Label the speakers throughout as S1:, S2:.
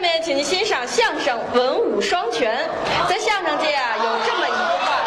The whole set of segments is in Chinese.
S1: 面请您欣赏相声《文武双全》。在相声界啊，有这么一句话，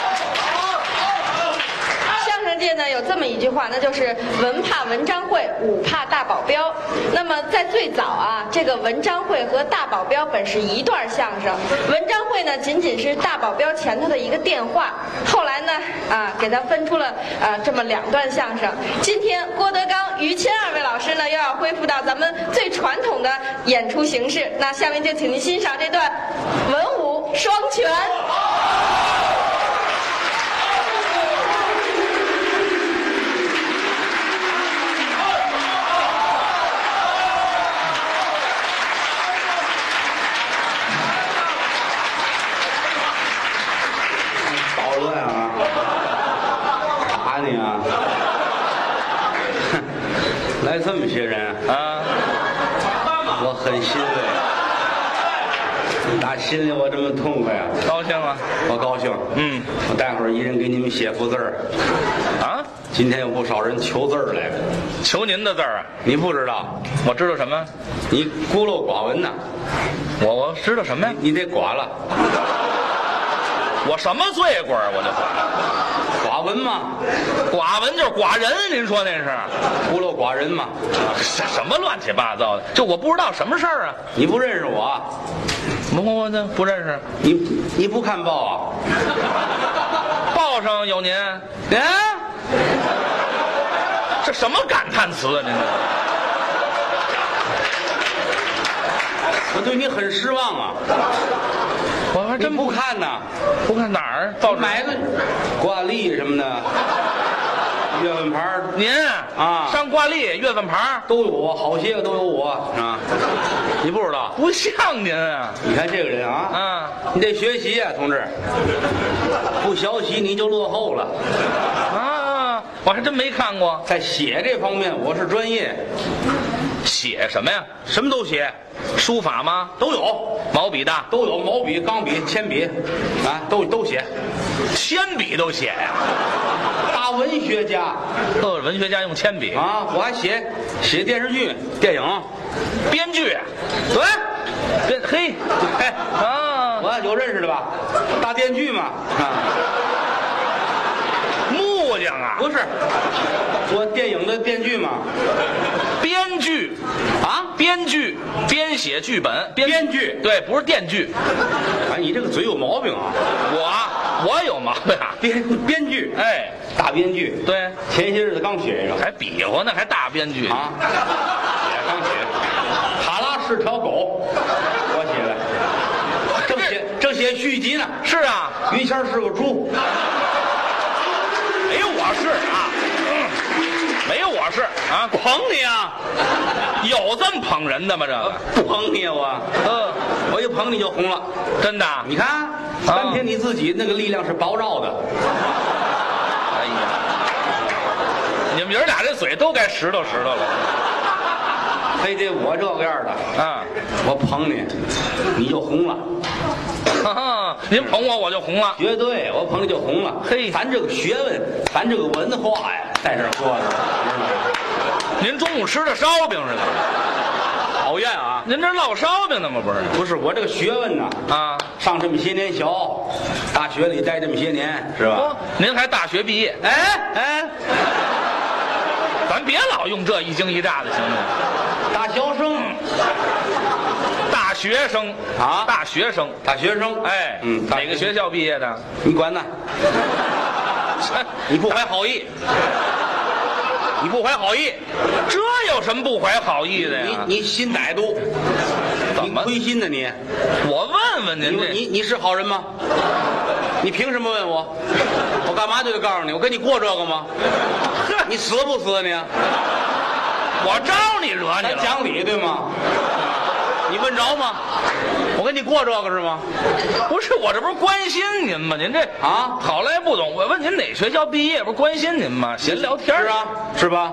S1: 相声界呢有这么一句话，那就是“文怕文章会，武怕大保镖”。那么在最早啊，这个文章会和大保镖本是一段相声，文章会呢仅仅是大保镖前头的一个电话，后来呢啊给他分出了啊这么两段相声。今天郭德纲、于谦二位老师呢又要恢复到咱们最传统的演出形式，那下面就请您欣赏这段文武双全。
S2: 捣乱啊！打你啊！ 哼来这么些人啊！我很欣慰，打心里我这么痛快啊！
S3: 高兴了
S2: 我高兴，
S3: 嗯，
S2: 我待会儿一人给你们写幅字儿。
S3: 啊？
S2: 今天有不少人求字儿来了，
S3: 求您的字儿啊？
S2: 你不知道，
S3: 我知道什么？
S2: 你孤陋寡闻呐，
S3: 我我知道什么呀？
S2: 你得寡了，
S3: 我什么罪过啊？我
S2: 寡闻嘛，
S3: 就寡闻就是寡人，您说那是
S2: 孤陋寡人嘛，
S3: 什什么乱七八糟的？就我不知道什么事儿啊？
S2: 你不认识我，
S3: 我我我不认识，
S2: 你你不看报啊？
S3: 报上有您，
S2: 哎。
S3: 这什么感叹词啊？您这
S2: 我对你很失望啊！
S3: 我还
S2: 真
S3: 真
S2: 不
S3: 不
S2: 看呐，
S3: 不看哪儿报纸
S2: 买个挂历什么的，月份牌儿
S3: 您
S2: 啊
S3: 上挂历月份牌儿
S2: 都有我，好些个都有我啊！你不知道？
S3: 不像您啊
S2: 你看这个人啊，
S3: 啊！
S2: 你得学习啊，同志，不学习你就落后了。
S3: 啊，我还真没看过
S2: 在写这方面我是专业，
S3: 写什么呀？
S2: 什么都写，
S3: 书法吗？
S2: 都有，
S3: 毛笔的，
S2: 都有毛笔、钢笔、铅笔啊，都都写。
S3: 铅笔都写呀、
S2: 大文学家
S3: 呃，文学家用铅笔，
S2: 啊，我还写写电视剧、电影，
S3: 编剧，啊
S2: 对。
S3: 编嘿，
S2: 嘿
S3: 啊，
S2: 我有认识的吧？大电锯嘛，啊，
S3: 木匠啊，
S2: 不是，我电影的电锯嘛，
S3: 编剧，
S2: 啊，
S3: 编剧，编写剧本，
S2: 编剧
S3: 对，不是电锯，
S2: 哎，你这个嘴有毛病啊，
S3: 我啊我有毛病啊，
S2: 编编剧，
S3: 哎，
S2: 大编剧，
S3: 对，
S2: 前些日子刚写一个，
S3: 还比划呢，还大编剧，
S2: 啊，写刚写，卡拉是条狗，我写的，正写正写续集呢，
S3: 是啊，
S2: 于谦是个猪，
S3: 没有我是啊，嗯没有我是啊，
S2: 捧你啊，
S3: 有这么捧人的吗？这个，
S2: 不捧你啊我，
S3: 嗯、
S2: 我一捧你就红了。
S3: 真的啊，
S2: 你看，单凭你自己那个力量是薄弱的。
S3: 哎呀，你们爷儿俩这嘴都该拾掇拾掇了，
S2: 非得我这个样儿的，
S3: 啊。
S2: 我捧你，你就红了，
S3: 哈哈，您捧我我就红了。
S2: 绝对我捧你就红了。
S3: 嘿
S2: 咱这个学问，咱这个文化呀，在这儿说呢，知道吗
S3: 您中午吃的烧饼是怎么？
S2: 讨厌啊！
S3: 您这烙烧饼呢吗？不是
S2: 不是我这个学问呐，
S3: 啊，
S2: 上这么些年学，大学里待这么些年，是吧？
S3: 不，哦您还大学毕业，
S2: 哎哎，
S3: 咱别老用这一惊一乍的，行不行？
S2: 大学生，
S3: 大学生
S2: 啊
S3: 大学生，
S2: 大学生，
S3: 哎，
S2: 嗯，大
S3: 哪个学校毕业的？
S2: 你管呢？
S3: 你不怀好意，你不怀好意，这有什么不怀好意的
S2: 你
S3: 呀？
S2: 你心歹毒，
S3: 啊怎
S2: 你
S3: 么
S2: 亏心呢你？
S3: 我问问
S2: 你
S3: 您这
S2: 你你是好人吗？你凭什么问我？我干嘛就得告诉你？我跟你过这个 吗？你死不死啊你？
S3: 我招你惹你
S2: 咱
S3: 了？
S2: 讲理对吗？你问着吗？我跟你过这个是吗？
S3: 不是我这不是关心您吗？您这
S2: 啊
S3: 好赖不懂，我问您哪学校毕业，不是关心您吗？闲聊天
S2: 是
S3: 儿。
S2: 啊，是吧？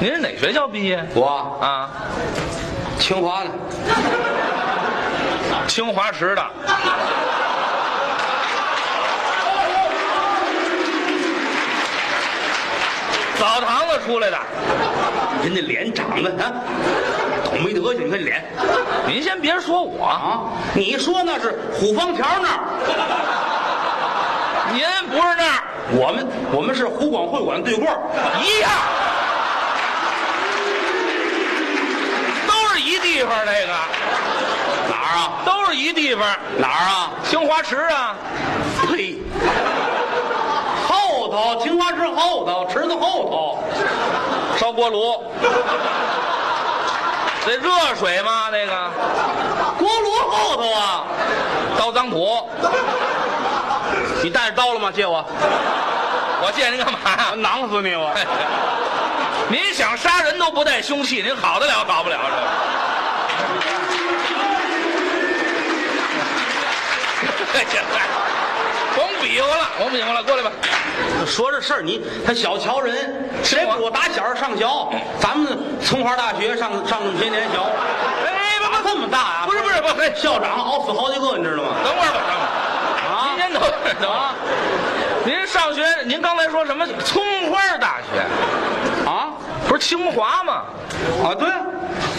S3: 您是哪学校毕业
S2: 我
S3: 啊？
S2: 清华的，
S3: 清华池的。澡堂子出来的，
S2: 人家脸长得啊，好没德行，你看这脸
S3: 您先别说我，
S2: 啊！你一说那是虎坊桥那儿，
S3: 您不是那儿
S2: 我们我们是湖广会馆对过儿，
S3: 一样，都是一地方这个，
S2: 哪儿啊？
S3: 都是一地方，
S2: 哪儿啊？
S3: 清华池啊，
S2: 呸！后头，青花池后头，池子后头，
S3: 烧锅炉，这热水吗？那个
S2: 锅炉后头啊！
S3: 刀脏土，
S2: 你带着刀了吗？借我，
S3: 我借您干嘛
S2: 我
S3: 呀？
S2: 囊死你！我
S3: 您想杀人都不带凶器，您好得了好不了这？这 甭比划了，甭比划了，过来吧。
S2: 说这事儿，你他小瞧人，谁
S3: 我
S2: 我打小上学，咱们从华大学上上那么些年学，
S3: 哎，
S2: 他妈这么大啊！
S3: 不是不是不是，哎
S2: 校长熬死好几个，你知道吗？
S3: 等会儿吧，等会儿。
S2: 啊
S3: 您，先等会儿，等会儿。您上学，您刚才说什么？葱花大学
S2: 啊
S3: 不是清华吗？
S2: 啊！对，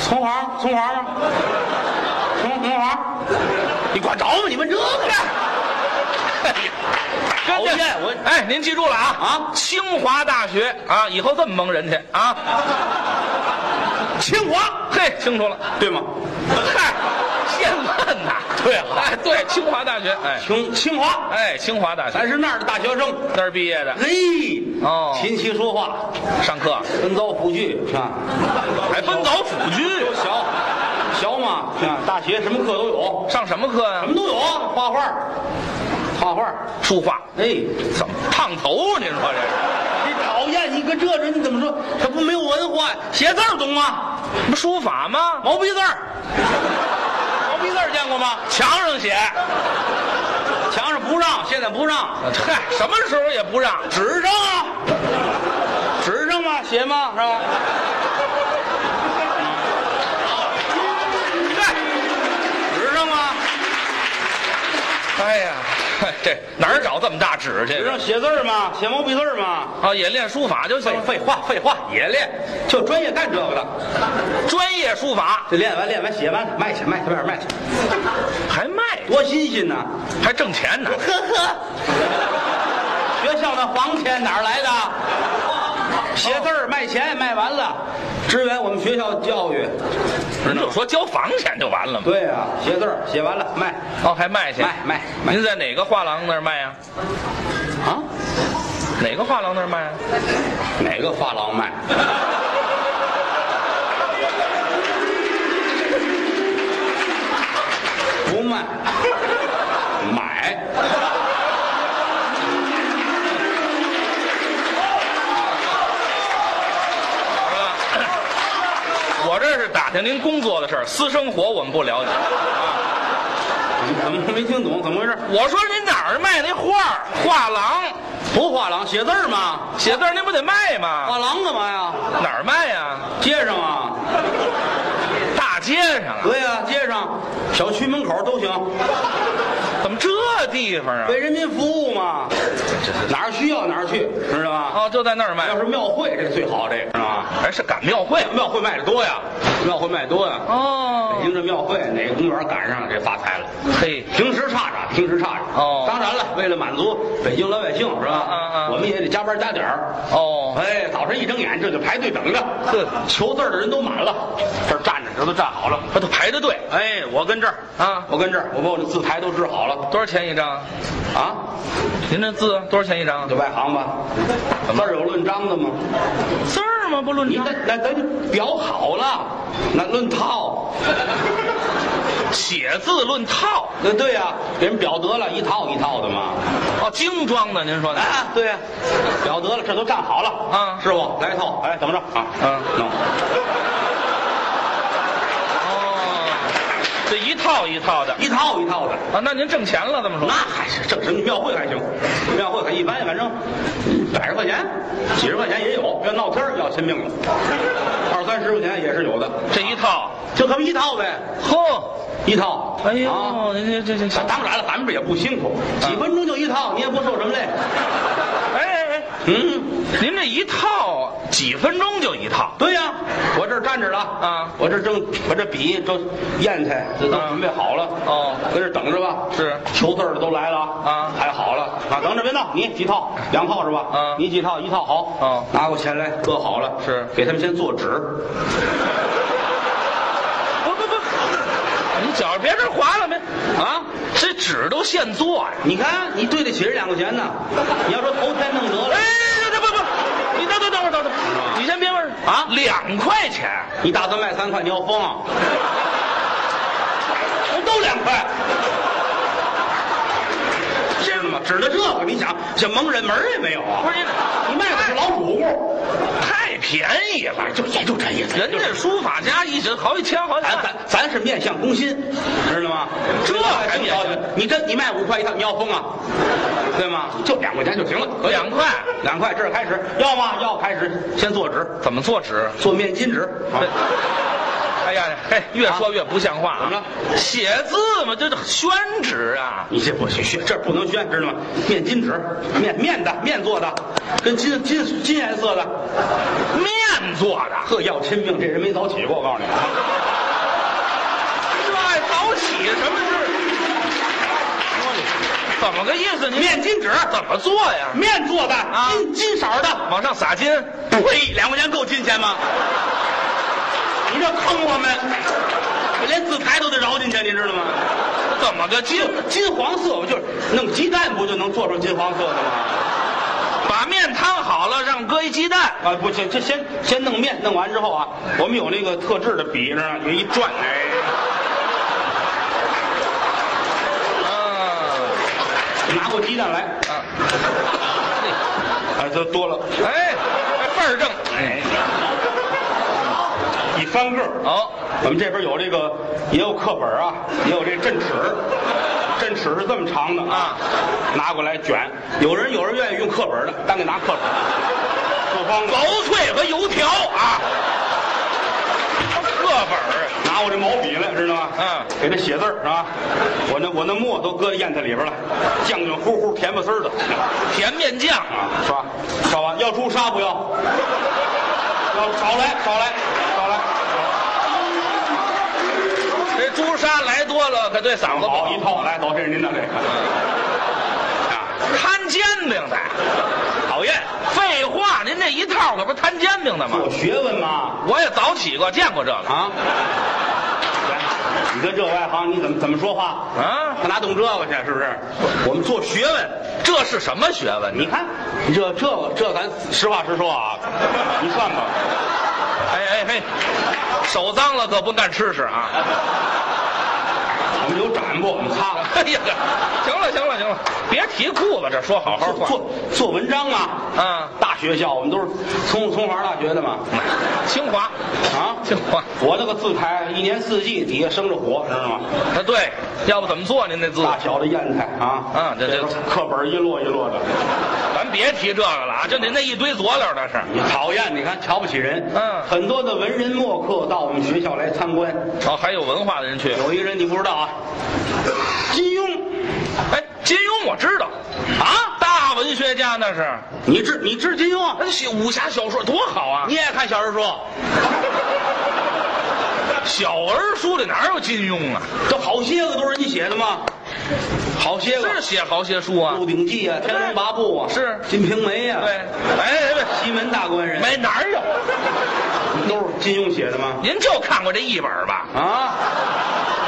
S2: 从华从华吗？从从华，你管着吗？你问这个
S3: 跟
S2: 讨
S3: 这
S2: 厌我
S3: 哎，您记住了啊
S2: 啊
S3: 清华大学啊，以后这么蒙人去啊！
S2: 清华
S3: 嘿，清楚了。
S2: 对吗？
S3: 嗨，现问呐，
S2: 对啊了
S3: 哎，对，清华大学，哎，
S2: 清清华，
S3: 哎，清华大学
S2: 咱是那儿的大学生。
S3: 那儿毕业的，
S2: 嘿，
S3: 哦
S2: 琴棋书画，
S3: 上课
S2: 奔走辅具是吧？
S3: 还奔走辅具，
S2: 都学，学嘛是吧？大学什么课都有，
S3: 上什么课呀
S2: 什、么都有啊，画画，画画，
S3: 书画，
S2: 哎，
S3: 怎么烫头？啊您说这是？
S2: 你讨厌你个这人，你怎么说？他不没有文化呀？写字儿懂吗？
S3: 不书法吗？
S2: 毛笔字儿，毛笔字儿见过吗？
S3: 啊墙上写，
S2: 墙上不让，现在不让，
S3: 嗨，什么时候也不让。
S2: 纸上啊，纸上嘛，写嘛，是吧？对纸上啊，
S3: 哎呀，嘿这哪儿找这么大纸去
S2: 纸？上写字儿嘛，写毛笔字儿嘛。
S3: 啊，也练书法就行
S2: 废。废话，废话，
S3: 也练
S2: 就专业干这个的。
S3: 专业书法，
S2: 这练完练完写完卖去卖去外边卖去，
S3: 还卖，
S2: 多新鲜呐！
S3: 还挣钱呢。
S2: 呵呵，学校那房钱哪儿来的？写字儿卖钱卖完了，支援我们学校教育。
S3: 您就说交房钱就完了嘛。
S2: 对啊，写字儿写完了卖
S3: 哦，还卖去？
S2: 卖卖卖
S3: 您在哪个画廊那儿卖呀、
S2: 啊？
S3: 哪个画廊那儿卖、啊？
S2: 哪个发廊卖？ 不卖，买。
S3: 是吧？我这是打听您工作的事儿，私生活我们不了解。
S2: 怎么没听懂？怎么回事？
S3: 我说您哪儿卖那画儿？画廊
S2: 不画廊写字儿吗？
S3: 写字儿您不得卖吗？
S2: 画廊干嘛呀？
S3: 哪儿卖呀、
S2: 街上啊？
S3: 大街上啊？
S2: 对呀、街上、小区门口都行，
S3: 怎么这地方啊？
S2: 为人民服务嘛。哪儿需要哪儿去，知道吧？
S3: 哦，就在那儿卖
S2: 要。是庙会，这最好，这个是吧？
S3: 还是赶庙会？
S2: 庙会卖的多呀，庙会卖多呀。
S3: 哦
S2: 北，京这庙会哪个公园赶上了，这发财了。
S3: 嘿，
S2: 平时差差，平时差差。
S3: 哦
S2: 当然了，为了满足北京老百姓，是吧？
S3: 嗯嗯
S2: 我们也得加班加点儿。
S3: 哦，
S2: 哎，早晨一睁眼这就排队等着，
S3: 呵
S2: 求字儿的人都满了，这儿站着这都站好了。
S3: 啊他都排着队。
S2: 哎，我跟这儿
S3: 啊
S2: 我跟这儿，我把我的字牌都支好了
S3: 多少钱一张？
S2: 啊，
S3: 您这字多少钱一张
S2: 就？外行吧，字儿有论章的吗？
S3: 字儿吗？不论
S2: 你那那咱就裱好了，那论套，
S3: 写字论套
S2: 那对呀、给人裱得了一套一套的嘛。
S3: 哦，精装的，您说的？
S2: 啊，对呀、裱得了，这都站好了
S3: 啊
S2: 师傅来一套，哎，等着啊，
S3: 嗯
S2: 弄。
S3: 哦，这一套一套的
S2: 一套一套的，
S3: 啊，那您挣钱了，这么
S2: 那
S3: 说？
S2: 还是正神庙会还行，庙会很一般，反正百十块钱、几十块钱也有，要闹天儿要钱命了，二三十块钱也是有的，
S3: 这一套，
S2: 就他们一套呗，
S3: 嚯，
S2: 一套。
S3: 哎
S2: 啊
S3: 呦，您这这这，
S2: 咱当然了，咱们这也不辛苦，几分钟就一套，你也不受什么累。
S3: 哎哎哎，
S2: 嗯，
S3: 您这一套几分钟就一套。
S2: 对呀、我这儿站着了
S3: 啊
S2: 我这正把这笔都砚台这都
S3: 啊
S2: 准备好了
S3: 哦
S2: 搁这等着吧。
S3: 是
S2: 求字儿的都来了啊
S3: 啊
S2: 太好了啊，等着别闹，你几套两套是吧？
S3: 啊
S2: 你几套一套好
S3: 哦
S2: 拿过钱来搁好了，
S3: 是嗯
S2: 给他们先做纸，
S3: 不不不，你脚别这划了没？啊，这纸都现做呀、
S2: 你看你对得起人两块 钱呢，你要说头天弄得了
S3: 哎，。这不不，你等等等会儿等会儿，你先别问啊，两块钱，
S2: 你打算卖三块，你要疯 啊！都两块，这吗？指着这个，你想这蒙人门儿也没有啊！
S3: 不是你
S2: 你卖的是老主顾，
S3: 太便宜了，
S2: 就也就这哎意思。
S3: 人家书法家一整好几千好几
S2: 咱咱
S3: 万，
S2: 咱是面向工薪，知道吗？
S3: 这还
S2: 挺高兴。你真你卖五块一套，你要疯啊？对吗？就两块钱就行了，可以
S3: 两块
S2: 两块，这儿开始要吗？要开始，先做纸，
S3: 怎么做纸？
S2: 做面巾纸。啊
S3: 哎呀，嘿，越说越不像话、啊
S2: 怎么了
S3: 写字嘛，这这宣纸啊，
S2: 你这不行，宣这不能宣，知道吗？面巾纸，面面的面做的，跟金金金颜色的，
S3: 面做的，
S2: 特要亲命。这人没早起过，我告诉你啊！
S3: 这还早起什么事？怎么个意思？您
S2: 面巾纸
S3: 怎么做呀？
S2: 面做的，
S3: 啊
S2: 金金色的，
S3: 往上撒金，
S2: 呸，两块钱够金钱吗？你这坑我们，连字台都得饶进去，你知道吗？
S3: 怎么个金？
S2: 金黄色，我就是弄鸡蛋不就能做出金黄色的吗？
S3: 把面摊好了，让搁一鸡蛋，
S2: 啊，不行，这先先弄面，弄完之后啊，我们有那个特制的笔，知道吗？有一转，哎，
S3: 嗯、
S2: 拿过鸡蛋来，
S3: 啊，
S2: 哎，这多了。
S3: 哎，倍儿正，哎，
S2: 一翻个儿，啊
S3: 好、
S2: 我们这边有这个，也有课本啊，也有这镇尺，镇尺是这么长的啊，拿过来卷。有人有人愿意用课本的，单给拿课本，不方便。
S3: 薄脆和油条啊，课本儿
S2: 拿我这毛笔来，知道吗？
S3: 嗯，
S2: 给他写字儿啊，我那我那墨都搁砚台里边了，酱酱乎乎，甜不丝儿的
S3: 甜面酱，
S2: 啊，刷刷完要朱砂不要？要少来少来少来，
S3: 这朱砂来多了可对嗓子不
S2: 好
S3: 好
S2: 一。套来，走，这是您的这个，
S3: 摊煎饼的，
S2: 讨厌，
S3: 废话，您这一套可不是摊煎饼的吗？
S2: 有学问嘛。
S3: 我也早起过，见过这个
S2: 啊！你跟这外行，你怎么怎么说话？
S3: 啊
S2: 他哪懂这个去？是不是？我们做学问，
S3: 这是什么学问？
S2: 你
S3: 你
S2: 看，你这这个这，咱实话实说啊，你算吧，
S3: 哎哎嘿，手脏了可不干吃食啊！
S2: 我们有展布，我们擦。
S3: 哎呀，行了行了行了，别提裤子这，说好好
S2: 做
S3: 话。
S2: 做做文章啊，
S3: 啊，
S2: 大学校我们都是从从华大学的嘛，
S3: 清华，
S2: 啊，
S3: 清华，
S2: 我那个字台一年四季底下生着火，知道吗？
S3: 那啊对，要不怎么做您那字？
S2: 大小的砚台啊，
S3: 嗯这这
S2: 课本一摞一摞的，
S3: 咱别提这个了啊，就您那一堆佐料那是。
S2: 你讨厌，你看瞧不起人。
S3: 嗯
S2: 很多的文人墨客到我们学校来参观，
S3: 哦，还有文化的人去。
S2: 有一个人你不知道啊，金庸，
S3: 哎，金庸我知道，啊，大文学家那是。
S2: 你知你知金庸啊？
S3: 那写武侠小说多好啊！
S2: 你也看小人书？
S3: 小儿书里哪有金庸啊？
S2: 这好些个都是你写的吗？好些个，
S3: 是
S2: 《
S3: 写好些书啊。
S2: 鹿鼎记》啊，《天龙八部》啊，
S3: 是
S2: 《金瓶梅》啊，
S3: 对，哎哎
S2: 西门大官
S3: 哎，
S2: 人，
S3: 没哪儿有？
S2: 都是金庸写的吗？
S3: 您就看过这一本吧？
S2: 啊，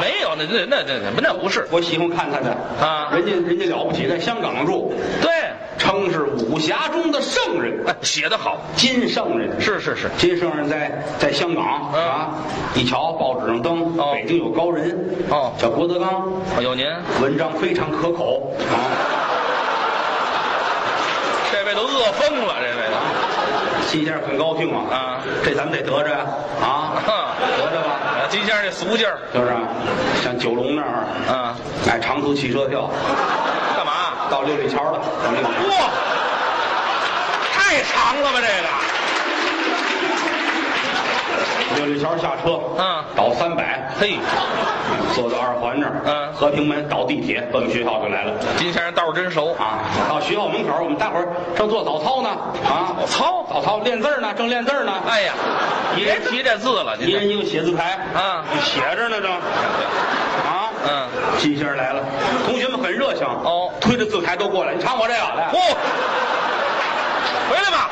S3: 没有，那那那那那不是。
S2: 我喜欢看他的
S3: 啊
S2: 人家人家了不起，在香港住，
S3: 对，
S2: 称是武侠中的圣人，
S3: 哎写的好，
S2: 金圣人。
S3: 是是是。
S2: 金圣人在在香港
S3: 嗯
S2: 啊，一瞧报纸上登，
S3: 哦
S2: 北京有高人
S3: 哦
S2: 叫郭德纲，
S3: 哦有您，
S2: 文章非常可口啊。
S3: 这位都饿疯了，这位
S2: 金先生很高兴啊，
S3: 啊
S2: 这咱们得得着呀啊，
S3: 哼
S2: 得着吧，
S3: 啊金先生这俗劲儿，
S2: 就是啊像九龙那儿
S3: 啊，
S2: 买长途汽车票
S3: 干嘛？
S2: 到六里桥的，到六里桥
S3: 哇，太长了吧这个？
S2: 六里桥下车，
S3: 嗯
S2: 倒三百，
S3: 嘿，
S2: 坐到二环那儿，
S3: 嗯
S2: 和平门倒地铁奔学校就来了。
S3: 金先生道儿真熟
S2: 啊，到学校门口，我们大伙儿正做早操呢，啊，
S3: 我操！
S2: 早操练字儿呢，正练字儿呢，
S3: 哎呀，别提这字了，
S2: 一
S3: 您
S2: 人一个写字台，
S3: 啊
S2: 写着呢正，啊，
S3: 嗯，
S2: 金星来了，同学们很热情，
S3: 哦
S2: 推着字台都过来，你尝我这个，来
S3: 嚯、哦回来吧，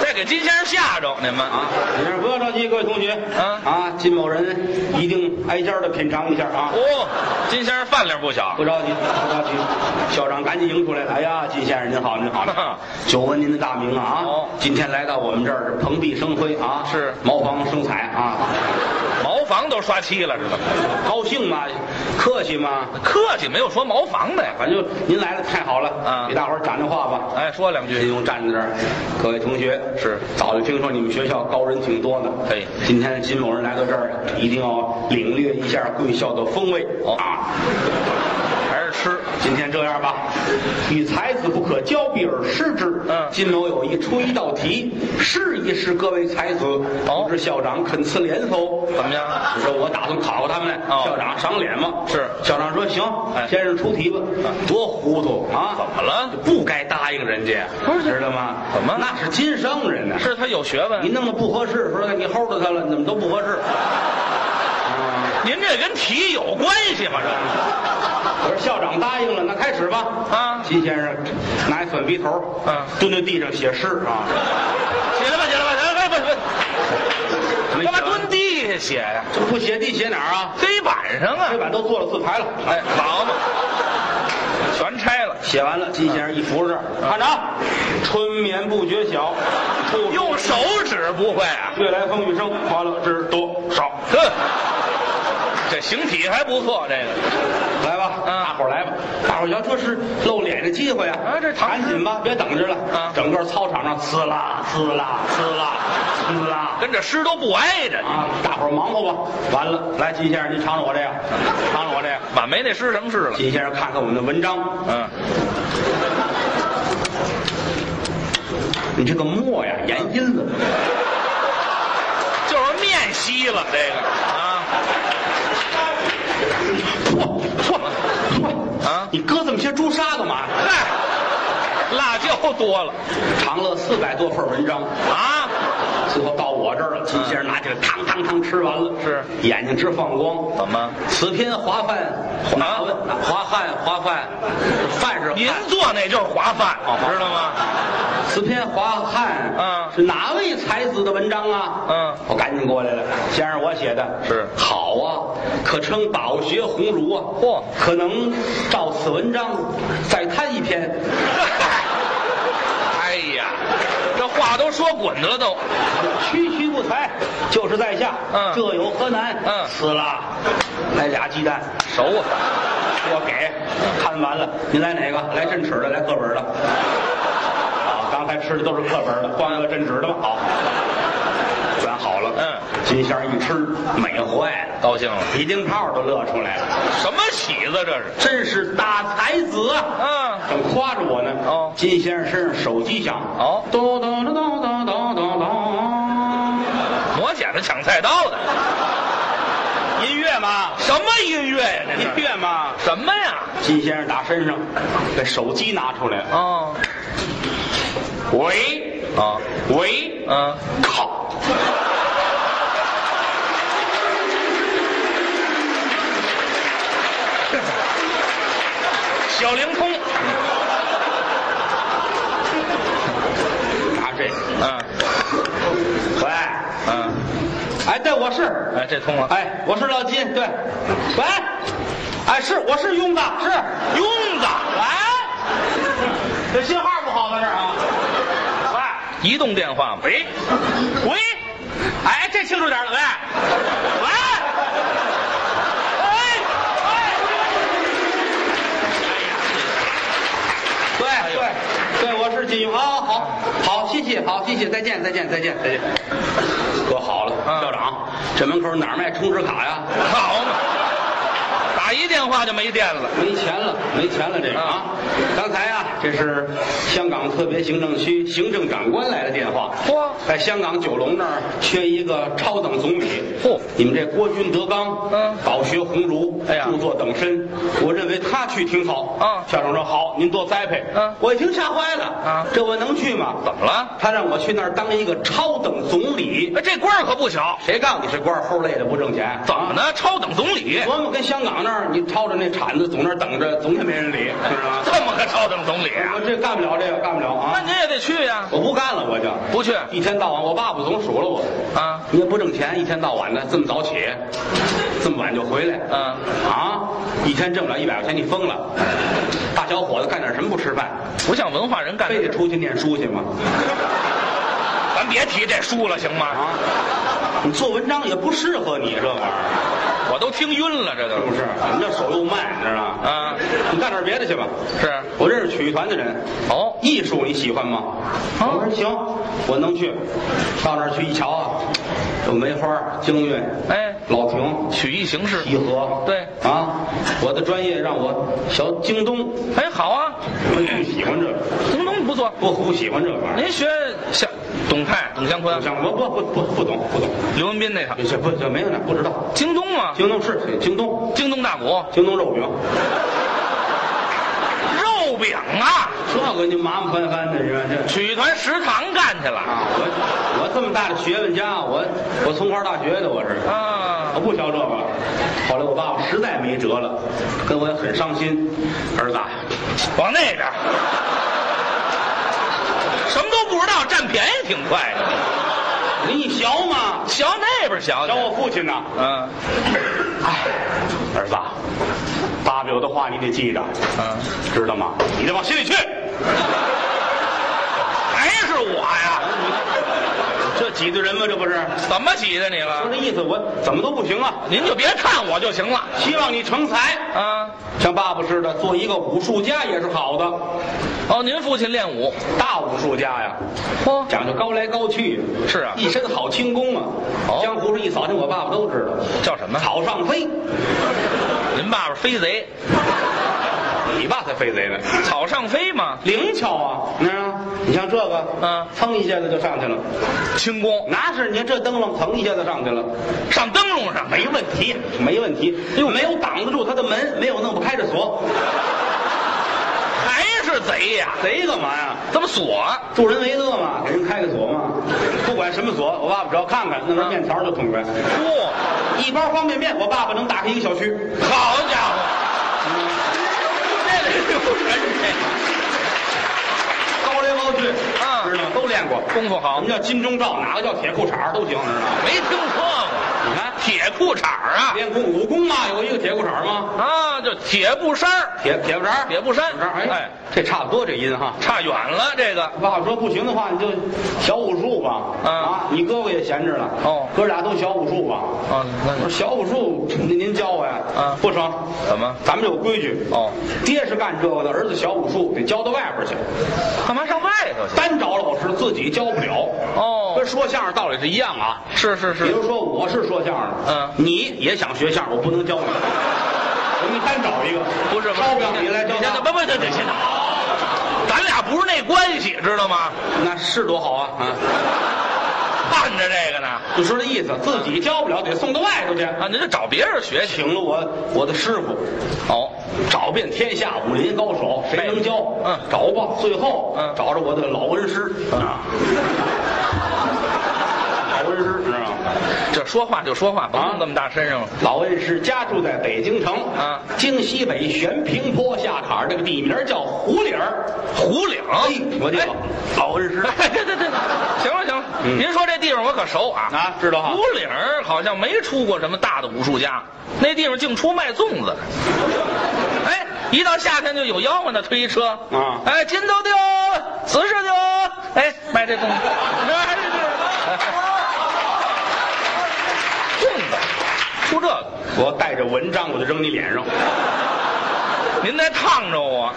S3: 再给金先生吓着你们
S2: 啊
S3: 啊！，
S2: 你这不要着急，各位同学，
S3: 嗯
S2: 啊，金某人一定挨家的品尝一下啊，
S3: 嚯、金先生饭量哦不小
S2: 不，着急，不着急，校长赶紧迎出来了。哎呀，金先生您好，您 好，久闻您的大名啊！啊
S3: 哦
S2: 今天来到我们这儿是蓬荜生辉啊，
S3: 是
S2: 茅房生财啊，
S3: 茅房都刷漆了，知道吗？
S2: 高兴嘛，客气嘛，
S3: 客气，没有说茅房的呀。
S2: 反正您来了太好了，
S3: 嗯
S2: 给大伙儿讲讲话吧。
S3: 哎，说两
S2: 金
S3: 句，
S2: 庸站在这儿，各位同学
S3: 是
S2: 早就听说你们学校高人挺多的，
S3: 嘿
S2: 今天金某人来到这儿，一定要领略一下贵校的风味、
S3: 哦
S2: 啊。
S3: 还是吃，
S2: 今天这样吧，与才子不可交臂而失之。
S3: 嗯
S2: 金楼有一出一道题，试一试各位才子。
S3: 哦
S2: 不知校长肯赐脸否？
S3: 怎么样？
S2: 我说我打算考考他们来。
S3: 哦
S2: 校长赏脸吗？
S3: 是
S2: 校长说行，
S3: 哎
S2: 先生出题吧。多糊涂啊！
S3: 怎么了？
S2: 不该答应人家，知道吗？
S3: 怎么
S2: 那是经商人呢。
S3: 是他有学
S2: 你
S3: 问。
S2: 弄得不合适，说你齁着他了，怎么都不 合适。嗯
S3: 您这跟题有关系吗？这
S2: 我说校长答应了，那开始吧。
S3: 啊
S2: 金先生拿一粉笔头，
S3: 嗯
S2: 蹲在地上写诗啊。
S3: 起来吧，起来吧，起来吧，不不，干嘛蹲地下写呀？
S2: 这不写地写哪儿啊？
S3: 黑板上啊
S2: 黑！板都做了字牌了。
S3: 哎，好嘛，全拆了，
S2: 写完了，金先生一扶着这
S3: 嗯
S2: 儿，看着啊，春眠不觉晓，处处
S3: 用手指不会啊？
S2: 夜来风雨声，花落知多少。
S3: 呵，这形体还不错，这个
S2: 来吧，
S3: 嗯
S2: 大伙儿来吧，大伙儿瞧，这是露脸的机会啊！
S3: 啊这唐
S2: 赶紧吧，别等着了。
S3: 啊
S2: 整个操场上呲啦呲啦呲啦呲啦。
S3: 跟这诗都不挨着。
S2: 啊，大伙儿忙活吧。完了，来，金先生，您尝尝我这个，尝尝我这个。
S3: 把没那诗什么事了？
S2: 金先生看看我们的文章，
S3: 嗯，
S2: 你这个墨呀，研阴了。
S3: 就是面稀了这个啊，
S2: 嚯嚯嚯！
S3: 啊
S2: 你搁这么些朱砂干嘛？
S3: 嗨，辣椒多了
S2: 长了四百多份文章，
S3: 啊，
S2: 最后到我这儿了。金先生拿起来，嘡嘡嘡吃完了，
S3: 嗯是
S2: 眼睛直放光。
S3: 怎么？
S2: 此篇华范，华文，啊华汉，华范，范是
S3: 啊您
S2: 汉。
S3: 做那就是滑饭
S2: 哦，
S3: 知道吗？
S2: 此篇华汉，
S3: 嗯
S2: 是哪位才子的文章啊？
S3: 嗯
S2: 我赶紧过来了，先生，我写的
S3: 是
S2: 好啊，可称饱学鸿儒啊。
S3: 嚯
S2: 可能照此文章再摊一篇，
S3: 哎呀，这话都说滚了都，
S2: 区区不才，就是在下。
S3: 嗯
S2: 这有何难？
S3: 嗯
S2: 死了，来俩鸡蛋，
S3: 熟啊，
S2: 我给。看完了，您来哪个？来镇尺的，来课本的。啊，刚才吃的都是课本的，光一个镇尺的吧。好，转好了。
S3: 嗯，
S2: 金香一吃，美坏了，
S3: 高兴了，
S2: 李丁泡都乐出来了。
S3: 什么喜子这是？
S2: 真是大才子啊！
S3: 嗯，
S2: 正夸着我呢。
S3: 哦
S2: 金先生身上手机响。
S3: 哦
S2: 咚咚咚咚咚咚咚咚。
S3: 磨剪子抢菜刀的，
S2: 音乐嘛，
S3: 什么音乐呀？
S2: 音
S3: 这是
S2: 乐嘛。
S3: 什么呀？
S2: 金先生打身上把手机拿出来了。
S3: 哦，
S2: 喂
S3: 啊，
S2: 喂，
S3: 嗯，
S2: 靠！
S3: 小灵通，
S2: 拿这个。
S3: 嗯
S2: 喂，
S3: 嗯，
S2: 哎，对，我是，
S3: 哎，这通了。
S2: 哎，我是老金，对。喂，哎，是我是庸子，是
S3: 庸子，
S2: 喂，这信号不好在这儿啊。
S3: 移动电话嘛，
S2: 喂，喂，哎，这清楚点了，喂，喂，对
S3: 哎
S2: 对对，我是金庸啊，好，好，谢谢，好，谢谢，再见，再见，再见，再见。说好了，
S3: 嗯
S2: 校长，这门口哪儿卖充值卡呀？
S3: 好嘛，打一电话就没电了，
S2: 没钱了，没钱了，这个啊
S3: 啊，
S2: 刚才啊，这是香港特别行政区行政长官来的电话。
S3: 嚯
S2: 在香港九龙那儿缺一个超等总理。
S3: 嚯
S2: 你们这郭军德纲，
S3: 嗯
S2: 饱学鸿儒，
S3: 哎呀
S2: 著作等身，我认为他去挺好。
S3: 啊
S2: 校长说好，您多栽培。
S3: 嗯
S2: 我一听吓坏了。
S3: 啊
S2: 这我能去吗？
S3: 怎么了？
S2: 他让我去那儿当一个超等总理。
S3: 哎，这官儿可不小，
S2: 谁告诉你是官儿齁累的不挣钱？
S3: 怎么呢？超等总理，
S2: 琢磨跟香港那儿，你抄着那铲子，总那儿等着，总也没人理，知道 吗？
S3: 这么个超等总理啊？
S2: 我这干不了，这个干不了
S3: 那
S2: 啊！
S3: 您也得去呀、
S2: 我不干了，我就
S3: 不去
S2: 一天到晚，我爸爸总数落我，
S3: 啊？
S2: 你也不挣钱，一天到晚的这么早起，这么晚就回来，
S3: 嗯
S2: 啊，一天挣不了一百块钱，你疯了！大小伙子干点什么不吃饭？
S3: 不像文化人干的
S2: 非得出去念书去吗？
S3: 咱别提这书了，行吗？
S2: 啊，你做文章也不适合你这玩意儿，
S3: 我都听晕了，这
S2: 是
S3: 都
S2: 不是？你这手又慢，你知道吗？
S3: 啊，
S2: 你干点别的去吧。
S3: 是
S2: 我认识曲艺团的人，
S3: 哦，
S2: 艺术你喜欢吗？
S3: 啊
S2: 我说行，我能去。到那儿去一瞧啊，有梅花、京韵、
S3: 哎，
S2: 老亭、
S3: 曲艺形式，
S2: 西河。
S3: 对
S2: 啊，我的专业让我学京东，
S3: 哎，好啊，
S2: 我不喜欢这个，
S3: 东东不错。
S2: 不不喜欢这玩意儿。
S3: 您学像董太、董湘
S2: 不
S3: 坤、
S2: 想我不不不不懂不懂，
S3: 刘文斌那套，
S2: 这不这没有那不知道。
S3: 京东嘛，
S2: 京东是京东，
S3: 京东大鼓，
S2: 京东肉饼，
S3: 肉饼啊，
S2: 这个你麻麻烦烦的，你说这。
S3: 曲艺团食堂干去了
S2: 啊，我我这么大的学问家，我我从花大学的我是，
S3: 啊
S2: 我，不学这个。啊后来我爸爸实在没辙了，跟我也很伤心，儿子啊，
S3: 往那边，什么都不知道，占便宜挺快的，
S2: 你学嘛，
S3: 学那边学
S2: 学我
S3: 去，
S2: 父亲呐。
S3: 嗯
S2: 哎，儿子啊，爸爸有的话你得记着，
S3: 嗯，
S2: 知道吗？你得往心里去。
S3: 还是我呀？
S2: 这挤兑人吗？这不是？
S3: 怎么挤的你
S2: 就
S3: 了？
S2: 这意思，我怎么都不行啊！
S3: 您就别看我就行了
S2: 希望你成才，
S3: 啊。
S2: 像爸爸似的，做一个武术家也是好的，
S3: 哦，您父亲练武，
S2: 大武术家呀。
S3: 嚯、
S2: 讲究高来高去，
S3: 是啊
S2: 一身好轻功啊。
S3: 哦
S2: 江湖上一扫听，我爸爸都知道。
S3: 叫什么？
S2: 草上飞，
S3: 您爸爸飞贼，
S2: 你爸才飞贼呢，
S3: 草上飞嘛，
S2: 灵巧啊！你看啊，你像这个，
S3: 嗯
S2: 噌一下子就上去了。
S3: 轻功
S2: 哪是你看这灯笼，噌一下子上去了，
S3: 上灯笼上
S2: 没问题，没问题，因为没有挡得住他的门，没有弄不开的锁，
S3: 还是贼呀、
S2: 贼干嘛呀？
S3: 怎么锁？啊
S2: 助人为乐嘛，给人开个锁嘛，不管什么锁，我爸爸只要看看，弄根面条就捅开，
S3: 嚯、
S2: 一包方便面，我爸爸能打开一个小区。
S3: 哦好家伙，
S2: 这里有人高来高去，
S3: 啊
S2: 知道吗？都练过。
S3: 功夫
S2: 什
S3: 好
S2: 么，叫金钟罩？哪个叫铁裤衩儿都行，知道吗？
S3: 没听说过
S2: 你看，
S3: 铁裤衩儿啊
S2: 练功武功嘛，有一个铁裤衩儿吗？
S3: 啊，就铁布衫儿，
S2: 铁铁裤衩儿，
S3: 铁布衫
S2: 裤衩儿哎
S3: 哎，
S2: 这差不多这音哈。
S3: 差远了这个。
S2: 爸爸说不行的话，你就小武术吧。
S3: 啊
S2: 啊，你哥哥也闲着了。
S3: 哦
S2: 哥俩都小武术吧。
S3: 哦，那
S2: 我说
S3: 你
S2: 小武术，您您教我呀？
S3: 啊
S2: 不成，
S3: 怎么
S2: 咱们有规矩。
S3: 哦，
S2: 爹是干这个的，儿子小武术得教到外边去。
S3: 干嘛上外头去？
S2: 单找老师自己教不了。
S3: 哦
S2: 跟说相声道理是一样啊。
S3: 是是
S2: 比
S3: 是，
S2: 如说我是说相声的，
S3: 嗯
S2: 你也想学相声，我不能教你。我给你单找一个，
S3: 不是不
S2: 招
S3: 是，
S2: 不了你来教
S3: 先
S2: 他
S3: 不不不，不先咱俩不是那关系，知道吗？
S2: 那是多好啊啊！
S3: 盼着这个呢
S2: 就说这意思，自己教不了，得送到外头去。
S3: 啊，您就找别人学去。
S2: 请了我我的师傅，
S3: 哦，
S2: 找遍天下武林高手，谁能教？
S3: 嗯
S2: 找吧。最后，
S3: 嗯
S2: 找着我的老恩师啊，老恩师知道吗？
S3: 这说话就
S2: 啊
S3: 说话，甭弄那么大身上了。
S2: 老恩师家住在北京城
S3: 啊
S2: 京西北悬平坡下坎儿，这个地名叫胡岭儿。
S3: 胡岭，
S2: 哎，我这个
S3: 哎
S2: 老恩师
S3: 哎，对对对，行了行了，
S2: 嗯
S3: 您说这地方我可熟啊
S2: 啊知道啊
S3: 五岭儿好像没出过什么大的武术家，那地方净出卖粽子。哎，一到夏天就有吆喝呢，推一车
S2: 啊
S3: 哎，金豆丢，瓷实丢，哎，卖这粽子。哎这这 粽子出这个，
S2: 我带着蚊帐我就扔你脸上，
S3: 您再烫着我，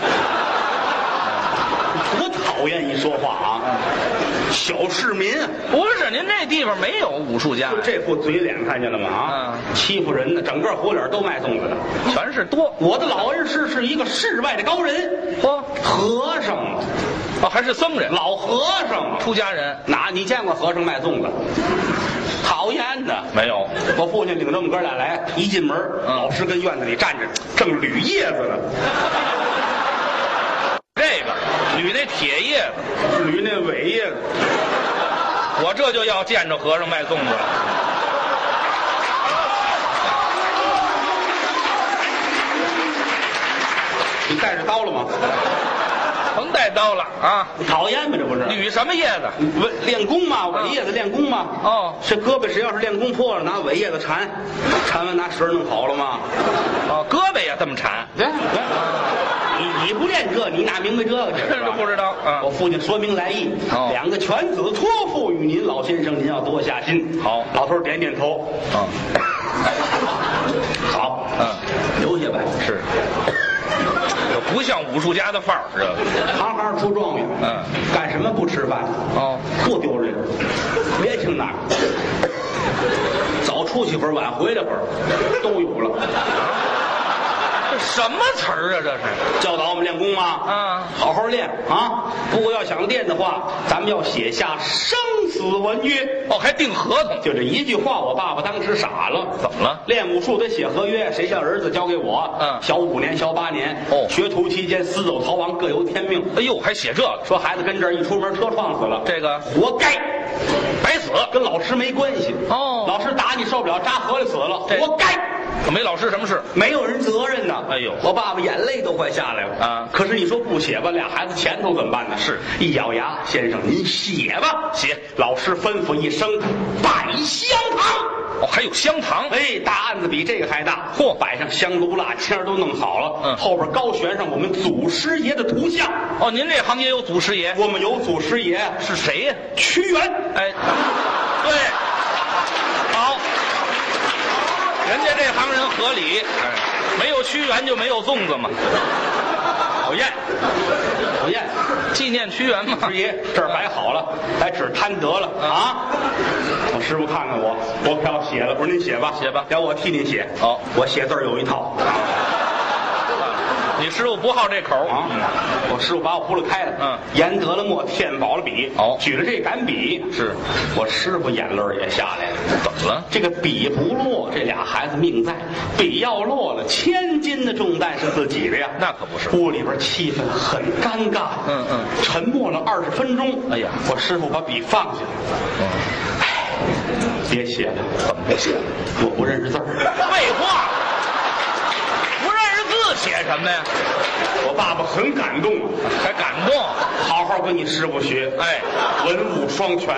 S2: 多讨讨厌一说话啊，
S3: 嗯
S2: 小市民，啊
S3: 不是您这地方没有武术家
S2: 就，这副嘴脸看见了吗？啊，
S3: 嗯
S2: 欺负人的，整个火脸都卖粽子的。
S3: 全是多
S2: 我的老恩师是一个世外的高人，
S3: 嚯
S2: 和尚，啊
S3: 哦，还是僧人
S2: 老和尚。啊
S3: 出家人
S2: 哪你见过和尚卖粽子？讨厌的。
S3: 没有？
S2: 我父亲领着我们哥俩来，一进门，
S3: 嗯
S2: 老师跟院子里站着，正捋叶子呢，
S3: 这个捋那铁叶子，
S2: 捋那尾叶子。
S3: 我这就要见着和尚卖粽子了。
S2: 你带着刀了吗？
S3: 甭带刀了啊！
S2: 你讨厌吗？这不是嗯
S3: 捋什么叶子？
S2: 我练功嘛，尾叶子练功嘛。
S3: 哦
S2: 这胳膊谁要是练功破了，拿尾叶子缠，缠完拿绳儿弄好了吗？
S3: 哦，胳膊也这么缠，
S2: 对对，你你不练这，你哪 明白这嗯个去？
S3: 这不知道啊
S2: 我。父亲说明来意，
S3: 哦
S2: 两个犬子托付于您，老先生您要多下心。
S3: 好
S2: 老头儿点点头，
S3: 啊，
S2: 好，
S3: 嗯，
S2: 留下吧，
S3: 是，不像武术家的范儿，这个
S2: 行行出状元。
S3: 嗯，
S2: 干什么不吃饭？
S3: 哦，
S2: 不丢人，别听那个，早出去会儿，晚回来会儿，都有了。
S3: 这什么词儿啊？这是
S2: 教导我们练功吗？
S3: 嗯
S2: 好好练啊！不过要想练的话，咱们要写下生死文约。
S3: 哦，还订合同，
S2: 就这一句话，我爸爸当时傻了。
S3: 怎么了？
S2: 练武术得写合约，谁叫儿子交给我？
S3: 嗯
S2: 小五年，小八年。
S3: 哦
S2: 学徒期间死走逃亡，各有天命。
S3: 哎呦，还写这个，
S2: 说孩子跟这儿一出门，车撞死了，
S3: 这个
S2: 活该，
S3: 白死。
S2: 跟老师没关系。
S3: 哦
S2: 老师打你受不了，扎河里死了，
S3: 这
S2: 活该。
S3: 没老师什么事？
S2: 没有人责任呐！
S3: 哎呦
S2: 我爸爸眼泪都快下来了
S3: 啊
S2: 可是你说不写吧，俩孩子前头怎么办呢？
S3: 是
S2: 一咬牙，先生您写吧，
S3: 写
S2: 老师吩咐一声，摆香堂。
S3: 哦，还有香堂。
S2: 哎，大案子比这个还大！
S3: 嚯
S2: 摆上香炉蜡签儿都弄好了，
S3: 嗯
S2: 后边高悬上我们祖师爷的图像。
S3: 哦，您这行也有祖师爷
S2: 我们有祖师爷
S3: 是谁呀？
S2: 屈原，
S3: 哎，对，好，人家这行人合理，哎，没有屈原就没有粽子嘛，
S2: 讨厌，讨厌。
S3: 纪念屈原嘛。
S2: 师爷，这儿摆好了，来纸摊得
S3: 嗯
S2: 了啊！我师傅看看我，我票写了，不是您写吧？
S3: 写吧哦
S2: 要我替您写。
S3: 好
S2: 我写字儿有一套
S3: 你师傅不好这口
S2: 啊。我师傅把我葫芦开了，
S3: 嗯
S2: 研得了墨，添饱了笔，
S3: 哦
S2: 举了这杆笔，
S3: 是
S2: 我师傅眼泪儿也下来了。
S3: 怎么了？
S2: 这个笔不落，这俩孩子命在；笔要落了，千斤的重担是自己的呀。
S3: 那可不是
S2: 屋里边气氛很尴尬。
S3: 嗯嗯
S2: 沉默了二十分钟。
S3: 哎呀
S2: 我师傅把笔放下了。哎，别写了，怎么不写了？我不认识字儿。
S3: 废话，不认识字写什么呀？
S2: 我爸爸很感动，啊
S3: 还感动？
S2: 好好跟你师傅学。
S3: 哎，
S2: 文武双全。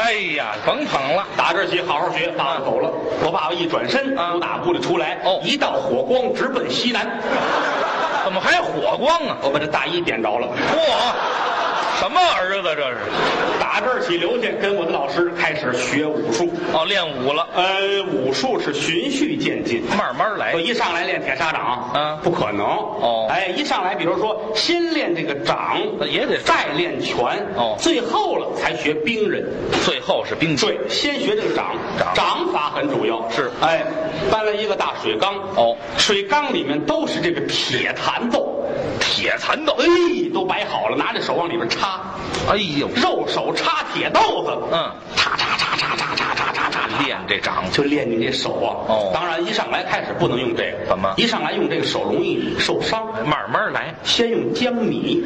S3: 哎呀，甭捧了，
S2: 打这儿起，好好学。爸爸走了，我爸爸一转身，
S3: 啊
S2: 从打屋里出来，
S3: 哦
S2: 一道火光直奔西南。
S3: 怎么还火光啊？
S2: 我把这大衣点着了。
S3: 嚯，什么儿子这是？
S2: 打这儿起，刘家跟我的老师开始学武术。
S3: 哦，练武了，
S2: 呃，武术是循序渐进，
S3: 慢慢来
S2: 我。一上来练铁砂掌，
S3: 嗯
S2: 不可能。
S3: 哎哦呃
S2: 哎，一上来，比如说先练这个掌，
S3: 也得
S2: 再练拳，
S3: 哦
S2: 最后了才学兵刃。
S3: 最后是兵器。
S2: 对，先学这个掌，
S3: 掌
S2: 法很主要。
S3: 是
S2: 哎，搬了一个大水缸，
S3: 哦
S2: 水缸里面都是这个铁弹豆，
S3: 铁蚕豆
S2: 哎，都摆好了，拿着手往里边插，
S3: 哎呦，
S2: 肉手插铁豆子，
S3: 嗯，
S2: 叉叉叉叉叉叉叉叉叉叉，
S3: 练这掌
S2: 就练你这手啊。
S3: 哦
S2: 当然一上来开始不能用这个，
S3: 怎么
S2: 一上来用这个手容易受伤，
S3: 慢慢 来。
S2: 先用江米。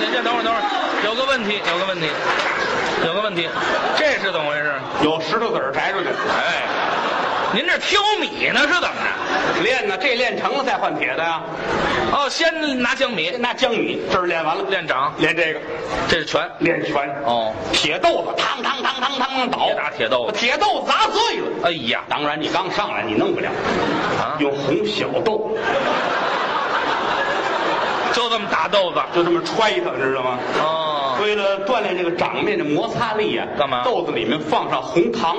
S3: 人家等会儿，等会儿，有个问题，有个问题，有个问题，这是怎么回事？
S2: 有石头子儿摘出去
S3: 哎，您这挑米呢是怎么着？
S2: 练呢，这练成了再换铁的呀。
S3: 哦，先拿江米，
S2: 拿江米，这儿练完了，
S3: 练掌，
S2: 练这个，
S3: 这是拳。
S2: 练拳。
S3: 哦，
S2: 铁豆子，嘡嘡嘡嘡嘡嘡倒，
S3: 别打铁豆子
S2: 铁豆子砸碎了。
S3: 哎呀，
S2: 当然，你刚上来你弄不了，
S3: 啊
S2: 用红小豆
S3: 就这么打豆子。
S2: 就这么揣它，知道吗？
S3: 哦，
S2: 为了锻炼这个掌面的摩擦力呀、
S3: 干嘛
S2: 豆子里面放上红糖，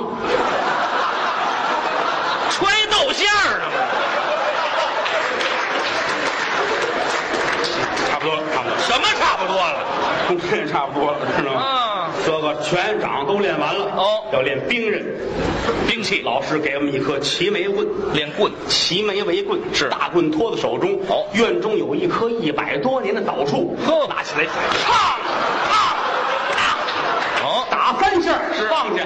S3: 揣豆馅儿呢吗？
S2: 差不多了，差不多了，
S3: 什么差不多了？
S2: 跟这也 差不多了，知道吗？
S3: 啊
S2: 这个拳掌都练完了，
S3: 哦
S2: 要练兵刃。
S3: 兵器
S2: 老师给我们一颗齐眉棍，
S3: 嗯练棍，
S2: 齐眉为棍，
S3: 是
S2: 大棍托在手中。
S3: 哦
S2: 院中有一棵一百多年的枣树，
S3: 呵
S2: 拿起来，啪啪
S3: 哦
S2: 打三下，
S3: 是
S2: 放下，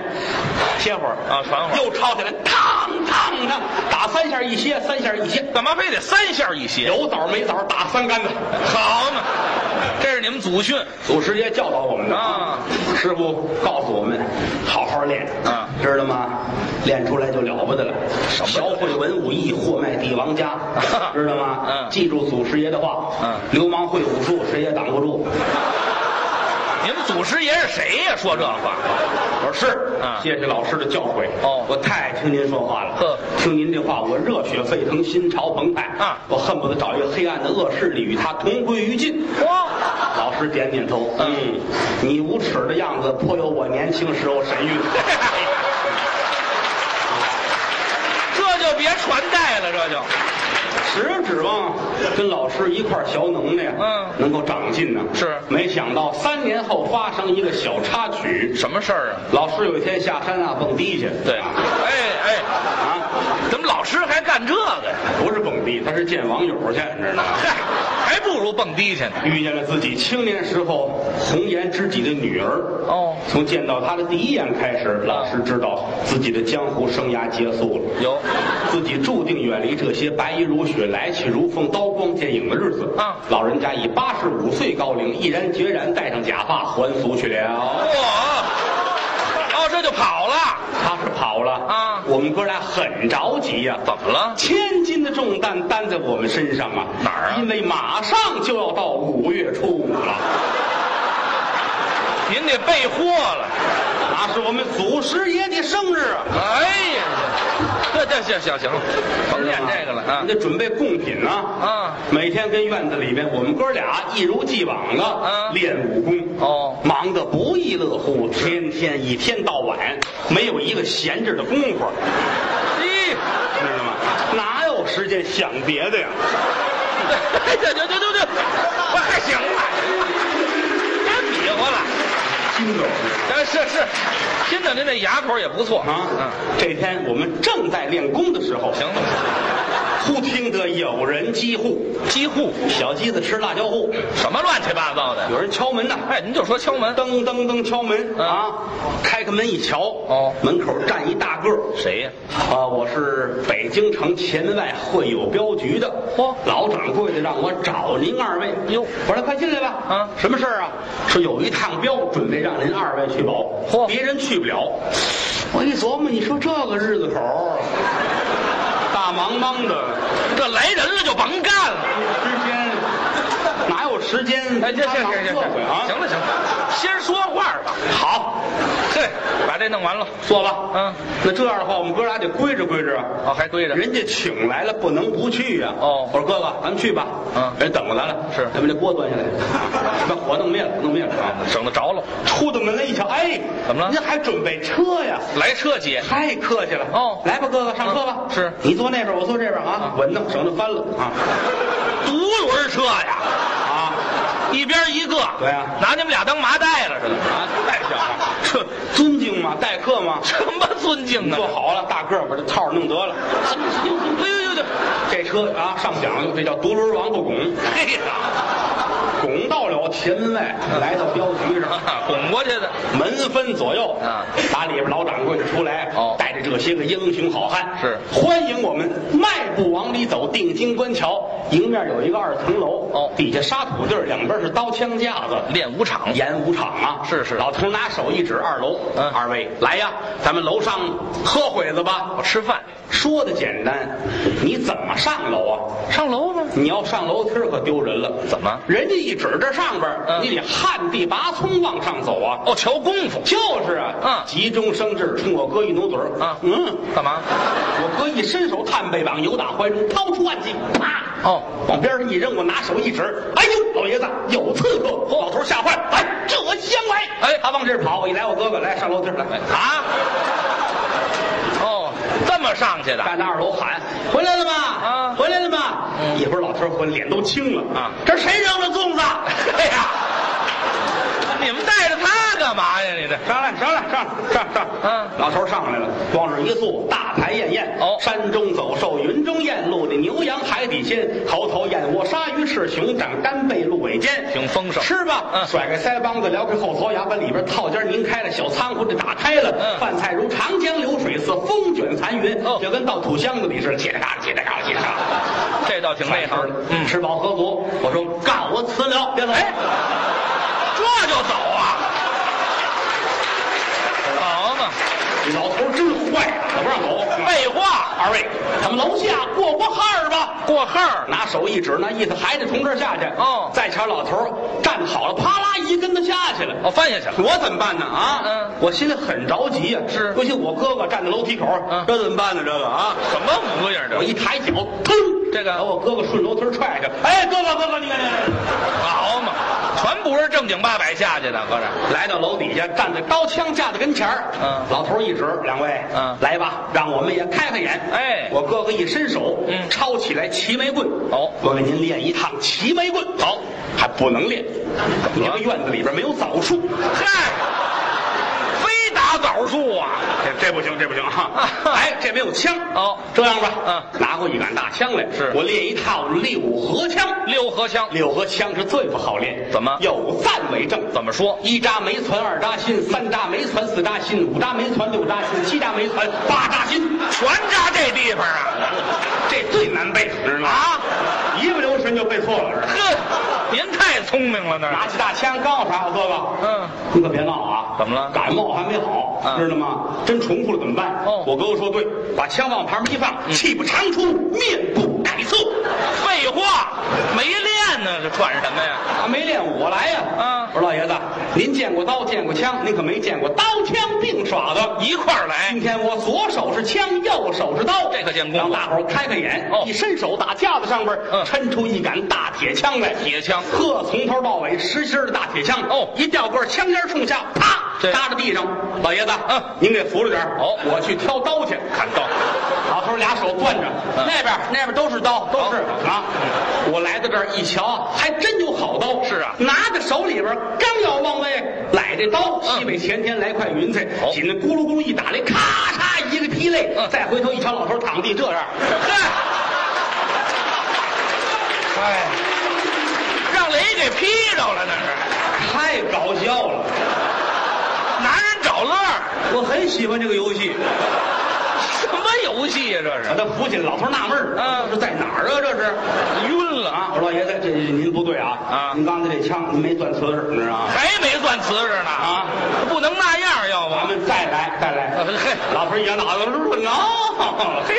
S2: 歇会儿
S3: 啊传会儿
S2: 又抄起来，烫烫烫，打三下一歇，三下一歇，
S3: 干嘛非得三下一歇？
S2: 有枣没枣打三杆子。
S3: 好嘛，这是你们祖训
S2: 祖师爷教导我们的
S3: 啊！
S2: 师傅告诉我们，好好练，
S3: 啊
S2: 知道吗？练出来就了不得了，
S3: 什么
S2: 小会文武艺，货卖帝王 家，知道吗？
S3: 嗯
S2: 记住祖师爷的话，
S3: 嗯
S2: 流氓会武术，谁也挡不住。
S3: 你们祖师爷是谁呀、说这话，
S2: 我说是，
S3: 啊
S2: 谢谢老师的教诲。
S3: 哦
S2: 我太爱听您说话了。
S3: 呵
S2: 听您这话，我热血沸腾，心潮澎湃
S3: 啊
S2: 我恨不得找一个黑暗的恶势力与他同归于尽。
S3: 哇，
S2: 老师点点头，
S3: 嗯
S2: 嗯，你无耻的样子颇有我年轻时候神韵。
S3: 这就别传代了，这就
S2: 只指望跟老师一块儿学能耐，
S3: 嗯
S2: 能够长进呢。
S3: 是
S2: 没想到三年后发生一个小插曲。
S3: 什么事儿啊？
S2: 老师有一天下山啊，蹦迪去。
S3: 对，
S2: 啊
S3: 哎哎，
S2: 啊，
S3: 怎么老师还干这个呀？
S2: 不是蹦迪，他是见网友去，你知道吗？
S3: 嗨，还不如蹦迪去呢。
S2: 遇见了自己青年时候红颜知己的女儿。
S3: 哦
S2: 从见到她的第一眼开始，老师知道自己的江湖生涯结束了。
S3: 有
S2: 自己注定远离这些白衣如雪、来去如风、刀光剑影的日子。
S3: 啊
S2: 老人家以八十五岁高龄，毅然决然戴上假发还俗去了。
S3: 嚯，哦，这就跑了？
S2: 他是跑了
S3: 啊
S2: 我们哥俩很着急呀、
S3: 怎么了？
S2: 千斤的重担担在我们身上啊！
S3: 哪儿啊
S2: 因为马上就要到五月初五了，
S3: 您得备货了。
S2: 那是我们祖师爷的生日啊！
S3: 哎呀，这这行行行了，甭念这个了啊
S2: 你。得准备贡品啊！
S3: 啊，
S2: 每天跟院子里面我们哥俩一如既往的
S3: 啊
S2: 练武功，
S3: 哦
S2: 忙得不亦乐乎，天天一天到晚，没有一个闲着的功夫，
S3: 咦，
S2: 知道吗？哪有时间想别的呀？
S3: 对对对对对，我还行了，别比划了。
S2: 金狗
S3: 啊，是是，真的，您这牙口也不错
S2: 啊！这天我们正在练功的时候，
S3: 嗯，行了，
S2: 忽听得有人击户，
S3: 几乎
S2: 小鸡子吃辣椒户，
S3: 什么乱七八糟的。
S2: 有人敲门呐。
S3: 哎，您就说敲门，
S2: 噔噔噔敲门、
S3: 嗯
S2: 啊！开开门一瞧，
S3: 哦
S2: 门口站一大个儿，
S3: 谁呀？
S2: 啊，我是北京城前门外会友镖局的，
S3: 嚯
S2: 老掌柜的让我找您二位。
S3: 哟
S2: 我说快进来吧。
S3: 啊
S2: 什么事儿啊？说有一趟镖，准备让您二位去保，
S3: 嚯
S2: 别人去不了。我一琢磨，你说这个日子口儿，大茫茫的
S3: 这来人了就甭干了。
S2: 时间，哪有时间？
S3: 哎，这这这这，
S2: 这啊！
S3: 行了行了，先说话吧。
S2: 好，
S3: 对，把这弄完了。
S2: 坐吧。
S3: 嗯，
S2: 那这样的话，我们哥俩得规着规着啊。
S3: 哦，还归着。
S2: 人家请来了，不能不去呀、
S3: 哦
S2: 我说哥哥，咱们去吧。
S3: 嗯
S2: 人等着咱了。
S3: 是
S2: 咱们这锅端下 来，把火弄灭了，弄灭了啊！
S3: 省得着了，
S2: 出到门来一瞧，哎，
S3: 哦怎么了
S2: 您还准备车呀？
S3: 来车接。
S2: 太客气了。
S3: 哦
S2: 来吧，哥哥，上车吧。
S3: 嗯是嗯
S2: 你坐那边，我坐这边啊，稳当，省得翻了啊。
S3: 独轮车呀，
S2: 啊，
S3: 一边一个。
S2: 对呀
S3: 拿你们俩当麻袋了似的。
S2: 啊，太小了，这尊敬嘛，待客嘛。
S3: 什么尊敬啊？
S2: 坐好了，大个儿把这套弄得了。
S3: 哎呦呦呦，
S2: 这车啊，上讲究，这叫独轮王不拱，
S3: 嘿呀，
S2: 拱到了前门外，
S3: 嗯
S2: 来到镖 局上。
S3: 拱过去的，
S2: 门分左右
S3: 啊
S2: 打里边老掌柜的出来，
S3: 哦
S2: 带着这些个英雄好汉，
S3: 是
S2: 欢迎我们，迈步往里走，定睛观瞧，迎面有一个二层楼，
S3: 哦
S2: 底下沙土地儿，两边是刀枪架子。
S3: 练武场
S2: 演武场啊，
S3: 是是
S2: 老头拿手一指二楼，
S3: 嗯
S2: 二位来呀，咱们楼上喝会子吧。
S3: 吃饭，
S2: 说的简单，你怎么上楼啊？
S3: 上楼吧。
S2: 你要上楼梯儿可丢人了。
S3: 怎么
S2: 人家一指这上边儿，
S3: 嗯
S2: 你得旱地拔葱往上走啊。
S3: 哦，瞧功夫
S2: 就是啊，
S3: 嗯
S2: 急中生智，冲我哥一努嘴儿，
S3: 啊
S2: 嗯，
S3: 干嘛？
S2: 我哥一伸手探背膀，由打怀中掏出暗器，啪，
S3: 哦
S2: 往边上一扔，我拿手一指，哎呦，老爷子有刺客！老头吓坏了，哎，这我先来，
S3: 哎
S2: 他往这儿跑，我一来，我哥哥来上楼梯儿来，
S3: 啊？哦，这么上去的？
S2: 站在二楼喊：“回来了吧？
S3: 啊
S2: 回来了吧？”
S3: 嗯
S2: 一会儿老头儿回来，脸都青了
S3: 啊
S2: 这谁扔的 粽子？
S3: 哎呀，你们带着他干嘛呀？你这
S2: 上来，上来，上来，上上。
S3: 嗯
S2: 老头儿上来了，往上一坐，大排宴宴。
S3: 哦
S2: 山中走兽，云中雁，陆地牛羊，海底鲜，猴头、燕窝、鲨鱼、赤熊掌、干贝、鹿尾尖，
S3: 挺丰盛
S2: 吃吧，
S3: 嗯
S2: 甩开腮帮子，撩开后槽牙，把里边套间拧开了，小仓库就打开了。
S3: 嗯
S2: 饭菜如长江流水似风卷残云，
S3: 哦
S2: 就跟到土箱子里似的，叽里嘎啦，叽里嘎啦，叽里嘎啦。
S3: 这倒 挺内行的。嗯，
S2: 吃饱喝足。我说告我辞了，别走。
S3: 哎，这就走啊？好嘛，
S2: 老头真坏，啊可不让走。
S3: 废话，
S2: 嗯哎二位，咱们楼下过过号儿吧。
S3: 过号儿
S2: 拿手一指，那意思还得从这儿下去。
S3: 哦
S2: 再瞧老头儿站好了，啪啦一跟头下去了。
S3: 哦，翻下去了。
S2: 我怎么办呢？啊，
S3: 嗯
S2: 我心里很着急呀、
S3: 是
S2: 尤其我哥哥站在楼梯口，
S3: 嗯
S2: 这怎么办呢？这个啊，
S3: 什么模样
S2: 我
S3: 这？
S2: 一抬脚，腾，
S3: 这个
S2: 把我哥哥顺楼梯儿踹下去。哎，哥哥，哥哥，你看，你看。
S3: 好嘛，全不是正经八百下去的，合着。
S2: 来到楼底下，站在刀枪架在跟前儿。
S3: 嗯
S2: 老头儿一指，两位，
S3: 嗯
S2: 来吧，让我们也开开眼。
S3: 哎
S2: 我哥哥一伸手，
S3: 嗯
S2: 抄起来齐眉棍。
S3: 哦
S2: 我给您练一趟齐眉棍。好，还不能练，你这个院子里边没有枣树，
S3: 嗨，非打枣树啊？
S2: 这这不行，这不行啊
S3: 啊！
S2: 哎，这没有枪。
S3: 哦
S2: 这样吧，
S3: 嗯
S2: 拿过一杆大枪来，
S3: 是
S2: 我练一套六合枪。
S3: 六合枪
S2: 六合枪是最不好练，
S3: 怎么
S2: 有赞为证？
S3: 怎么说？
S2: 一扎没攒，二扎心，三扎没攒，四扎心，五扎没攒，六扎心，七扎没攒，八扎心，
S3: 全扎这地方啊？
S2: 这最难背，知道吗？
S3: 啊，
S2: 一不留神就背错了。
S3: 呵，您太聪明了那
S2: 拿
S3: 儿。
S2: 起大枪，告诉他我哥哥，
S3: 嗯，
S2: 你可别闹啊！
S3: 怎么了
S2: 感冒还没好，
S3: 嗯
S2: 知道吗？真重复了怎么办？
S3: 哦
S2: 我哥哥说对，把枪往旁边一放，气不长出，面不改色。
S3: 废话，没练呢，这喘什么呀？
S2: 他没练我来呀！
S3: 嗯
S2: 我说老爷子，您见过刀，见过枪，您可没见过刀枪并耍的。
S3: 一块儿来
S2: 今，天我左手是枪，右手是刀，
S3: 哎这可见功夫
S2: 让大伙儿开开眼。
S3: 哦
S2: 一伸手打架子上边儿，
S3: 嗯
S2: 抻出一杆大铁枪来，
S3: 铁枪
S2: 呵，从头到尾实心儿的大铁枪。
S3: 哦
S2: 一掉个儿枪尖儿冲下，啪，
S3: 这
S2: 搭在地上。老爷子，
S3: 嗯
S2: 啊您给扶着点儿。
S3: 哦
S2: 我去挑刀去。
S3: 砍刀。
S2: 老头儿俩手攥着，
S3: 嗯
S2: 那边儿那边儿都是刀，都是啊。我来到这儿一瞧啊，还真有好刀。
S3: 是啊
S2: 拿着手里边儿刚要往外揽这刀，
S3: 嗯
S2: 西北前天来块云彩
S3: 好，
S2: 紧着咕噜咕噜一打雷，咔嚓一个劈肋
S3: 嗯。
S2: 再回头一瞧，老头儿躺地这样，
S3: 嗨，哎，让雷给劈着了，那是
S2: 太搞笑了。
S3: 拿人找乐儿，
S2: 我很喜欢这个游戏。
S3: 啊什么游戏呀、这
S2: 把
S3: 是
S2: 他扶起来，老头儿纳闷儿，
S3: 嗯
S2: 这是在哪儿啊？这是
S3: 晕了
S2: 啊！我说老爷子，这这您不对啊！
S3: 啊哎
S2: 您刚才这枪您没攥瓷实，你知道吗？
S3: 还没算瓷实呢
S2: 啊！
S3: 不能那样，要
S2: 咱
S3: 不
S2: 们再来，再来。
S3: 嘿
S2: 老头儿一摇脑袋，说 no。
S3: 呃嘿，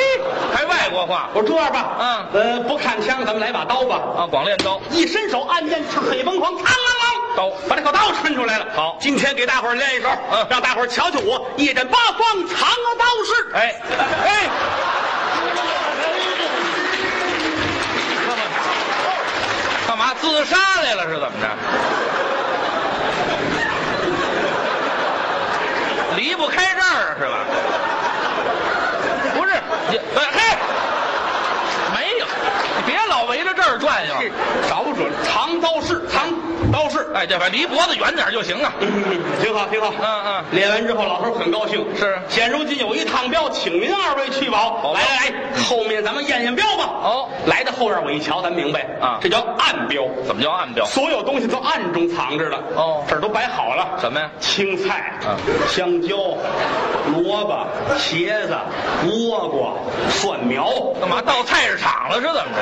S3: 还外国话
S2: 我说这样吧，
S3: 嗯
S2: 呃，不看枪，咱们来把刀吧。
S3: 啊，光练刀，
S2: 一伸手，暗箭赤腿疯狂，嘡啷啷，
S3: 刀
S2: 把这口刀抻出来了。
S3: 好
S2: 今天给大伙儿练一手，
S3: 嗯
S2: 让大伙儿瞧瞧我一展八方藏刀式。
S3: 哎哎。干嘛自杀来了是怎么着？离不开这儿是吧？不是，也哎嘿，没有，你别老围着这儿转悠。
S2: 找不准藏刀式，藏刀式，
S3: 哎，这反正离脖子远点儿就行啊。
S2: 挺好，挺好。
S3: 嗯嗯
S2: 练完之后，老头儿很高兴。
S3: 是
S2: 现如今有一趟镖，请您二位去保。
S3: 好
S2: 来来来，后面咱们验验镖吧。
S3: 哦
S2: 来到后院，我一瞧，咱明白
S3: 啊
S2: 这叫暗镖。
S3: 怎么叫暗标？
S2: 所有东西都暗中藏着了。
S3: 哦
S2: 这儿都摆好了。
S3: 什么呀？
S2: 青菜、
S3: 啊
S2: 香蕉、萝卜、茄子、倭瓜、蒜苗，
S3: 干嘛到菜市场了是怎么着？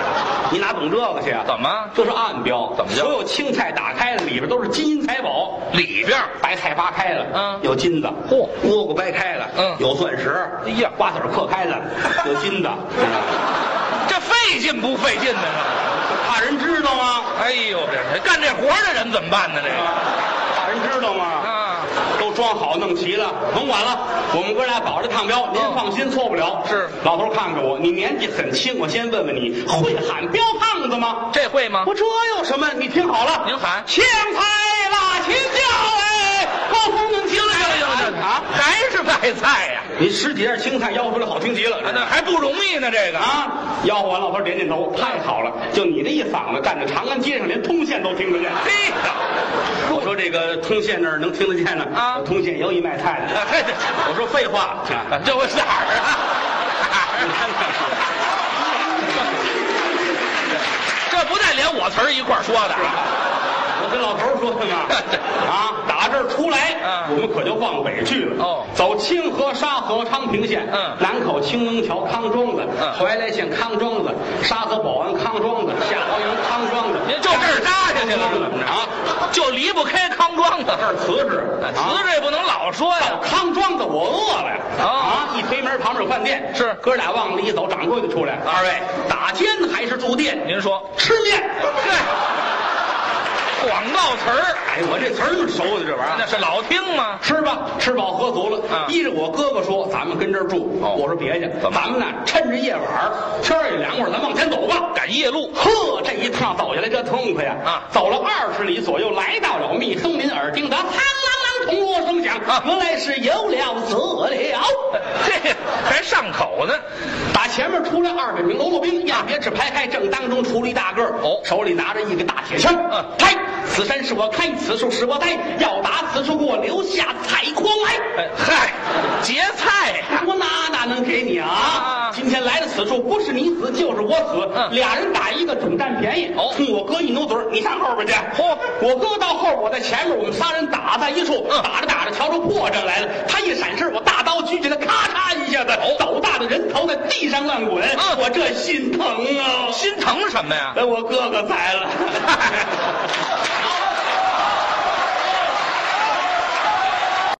S2: 你哪懂这个去啊？
S3: 怎么
S2: 这是暗标，
S3: 怎么叫
S2: 所有青菜打开了，里边都是金银财宝。
S3: 里边儿
S2: 白菜扒开了，
S3: 嗯
S2: 有金子；
S3: 嚯
S2: 倭瓜掰开了，
S3: 嗯
S2: 有钻石；
S3: 哎呀
S2: 瓜子儿嗑开了，有金子。
S3: 这废费劲不费劲呢？
S2: 怕人知道吗？
S3: 这哎呦，这干这活的人怎么办呢？这个
S2: 怕人知道吗？
S3: 啊，
S2: 都装好弄齐了，甭管了，我们哥俩保着趟标，您
S3: 哦
S2: 放心，错不了。
S3: 是
S2: 老头看看我，你年纪很轻，我先问问你，会喊标胖子吗？
S3: 这会吗
S2: 我？这有什么？你听好了，
S3: 您喊
S2: 香菜辣青椒，哎，高峰能听
S3: 哎
S2: 来了啊！
S3: 还是卖菜呀？
S2: 你吃几样青菜，吆喝出来好听极了。
S3: 啊那还不容易呢，这个
S2: 啊！吆喝完，老头点点头，太好了！就你这一嗓子，干着长安街上连通县都听得见。
S3: 嘿 呀，
S2: 我说这个通县那儿能听得见呢
S3: 啊
S2: 通县也有一卖菜的。
S3: 嘿这
S2: 我说废话，啊
S3: 这我哪儿啊？ 这不带连我词儿一块儿说的啊，
S2: 我跟老头儿说的嘛。啊，打这儿出来，
S3: 嗯
S2: 我们可就往北去了。
S3: 哦
S2: 走清河、沙河、昌平县，
S3: 嗯
S2: 南口青龙桥、康庄子，
S3: 嗯
S2: 怀来县康庄子，沙河保安康庄子，夏侯营康庄子，
S3: 您就这儿扎下去了
S2: 康庄子啊！
S3: 就离不开康庄子。
S2: 这儿瓷实，
S3: 词这也不能老说呀。
S2: 康庄子，我饿了呀！
S3: 哦
S2: 啊，一推门旁边有饭店，
S3: 是啊
S2: 哥俩往里一走，掌柜的出来，
S3: 二位
S2: 打尖还是住店？
S3: 您说，
S2: 吃面。
S3: 对，广告词儿
S2: 哎，我这词儿那么熟的这玩意儿
S3: 那。是老听吗？
S2: 吃吧，吃饱喝足了。
S3: 嗯
S2: 依着我哥哥说，咱们跟这儿住。
S3: 哦
S2: 我说别去，
S3: 怎么
S2: 咱们呢，趁着夜晚儿天儿也凉快儿，咱往前走吧。
S3: 赶夜路，
S2: 呵，这一趟走下来，这痛快呀！
S3: 啊
S2: 走了二十里左右，来到了密松林，耳听得苍啷啷铜锣声响，
S3: 啊
S2: 原来是有了死了。
S3: 嘿，还上口呢。
S2: 打前面出来二百名喽啰兵，压别只排开，正当中出了一大个儿
S3: 啊哦
S2: 手里拿着一个大铁枪，
S3: 嗯
S2: 开，此山是我开，此树是我栽，要打此处给我留下采筐来。
S3: 哎嗨，劫菜呀！
S2: 我哪哪能给你啊
S3: 啊？
S2: 今天来了此处，不是你死就是我死，
S3: 嗯
S2: 俩人打一个准占便宜。
S3: 哦
S2: 冲我哥一努嘴儿，你上后边去。
S3: 嚯
S2: 我哥到后边，我在前面，我们仨人打在一处，
S3: 嗯
S2: 打着打着瞧出破绽来了。他一闪身，我大刀举起来，咔嚓一下子，斗大的人头在地上乱滚。
S3: 哦嗯
S2: 我这心疼啊！
S3: 心疼什么呀？
S2: 被我哥哥宰了。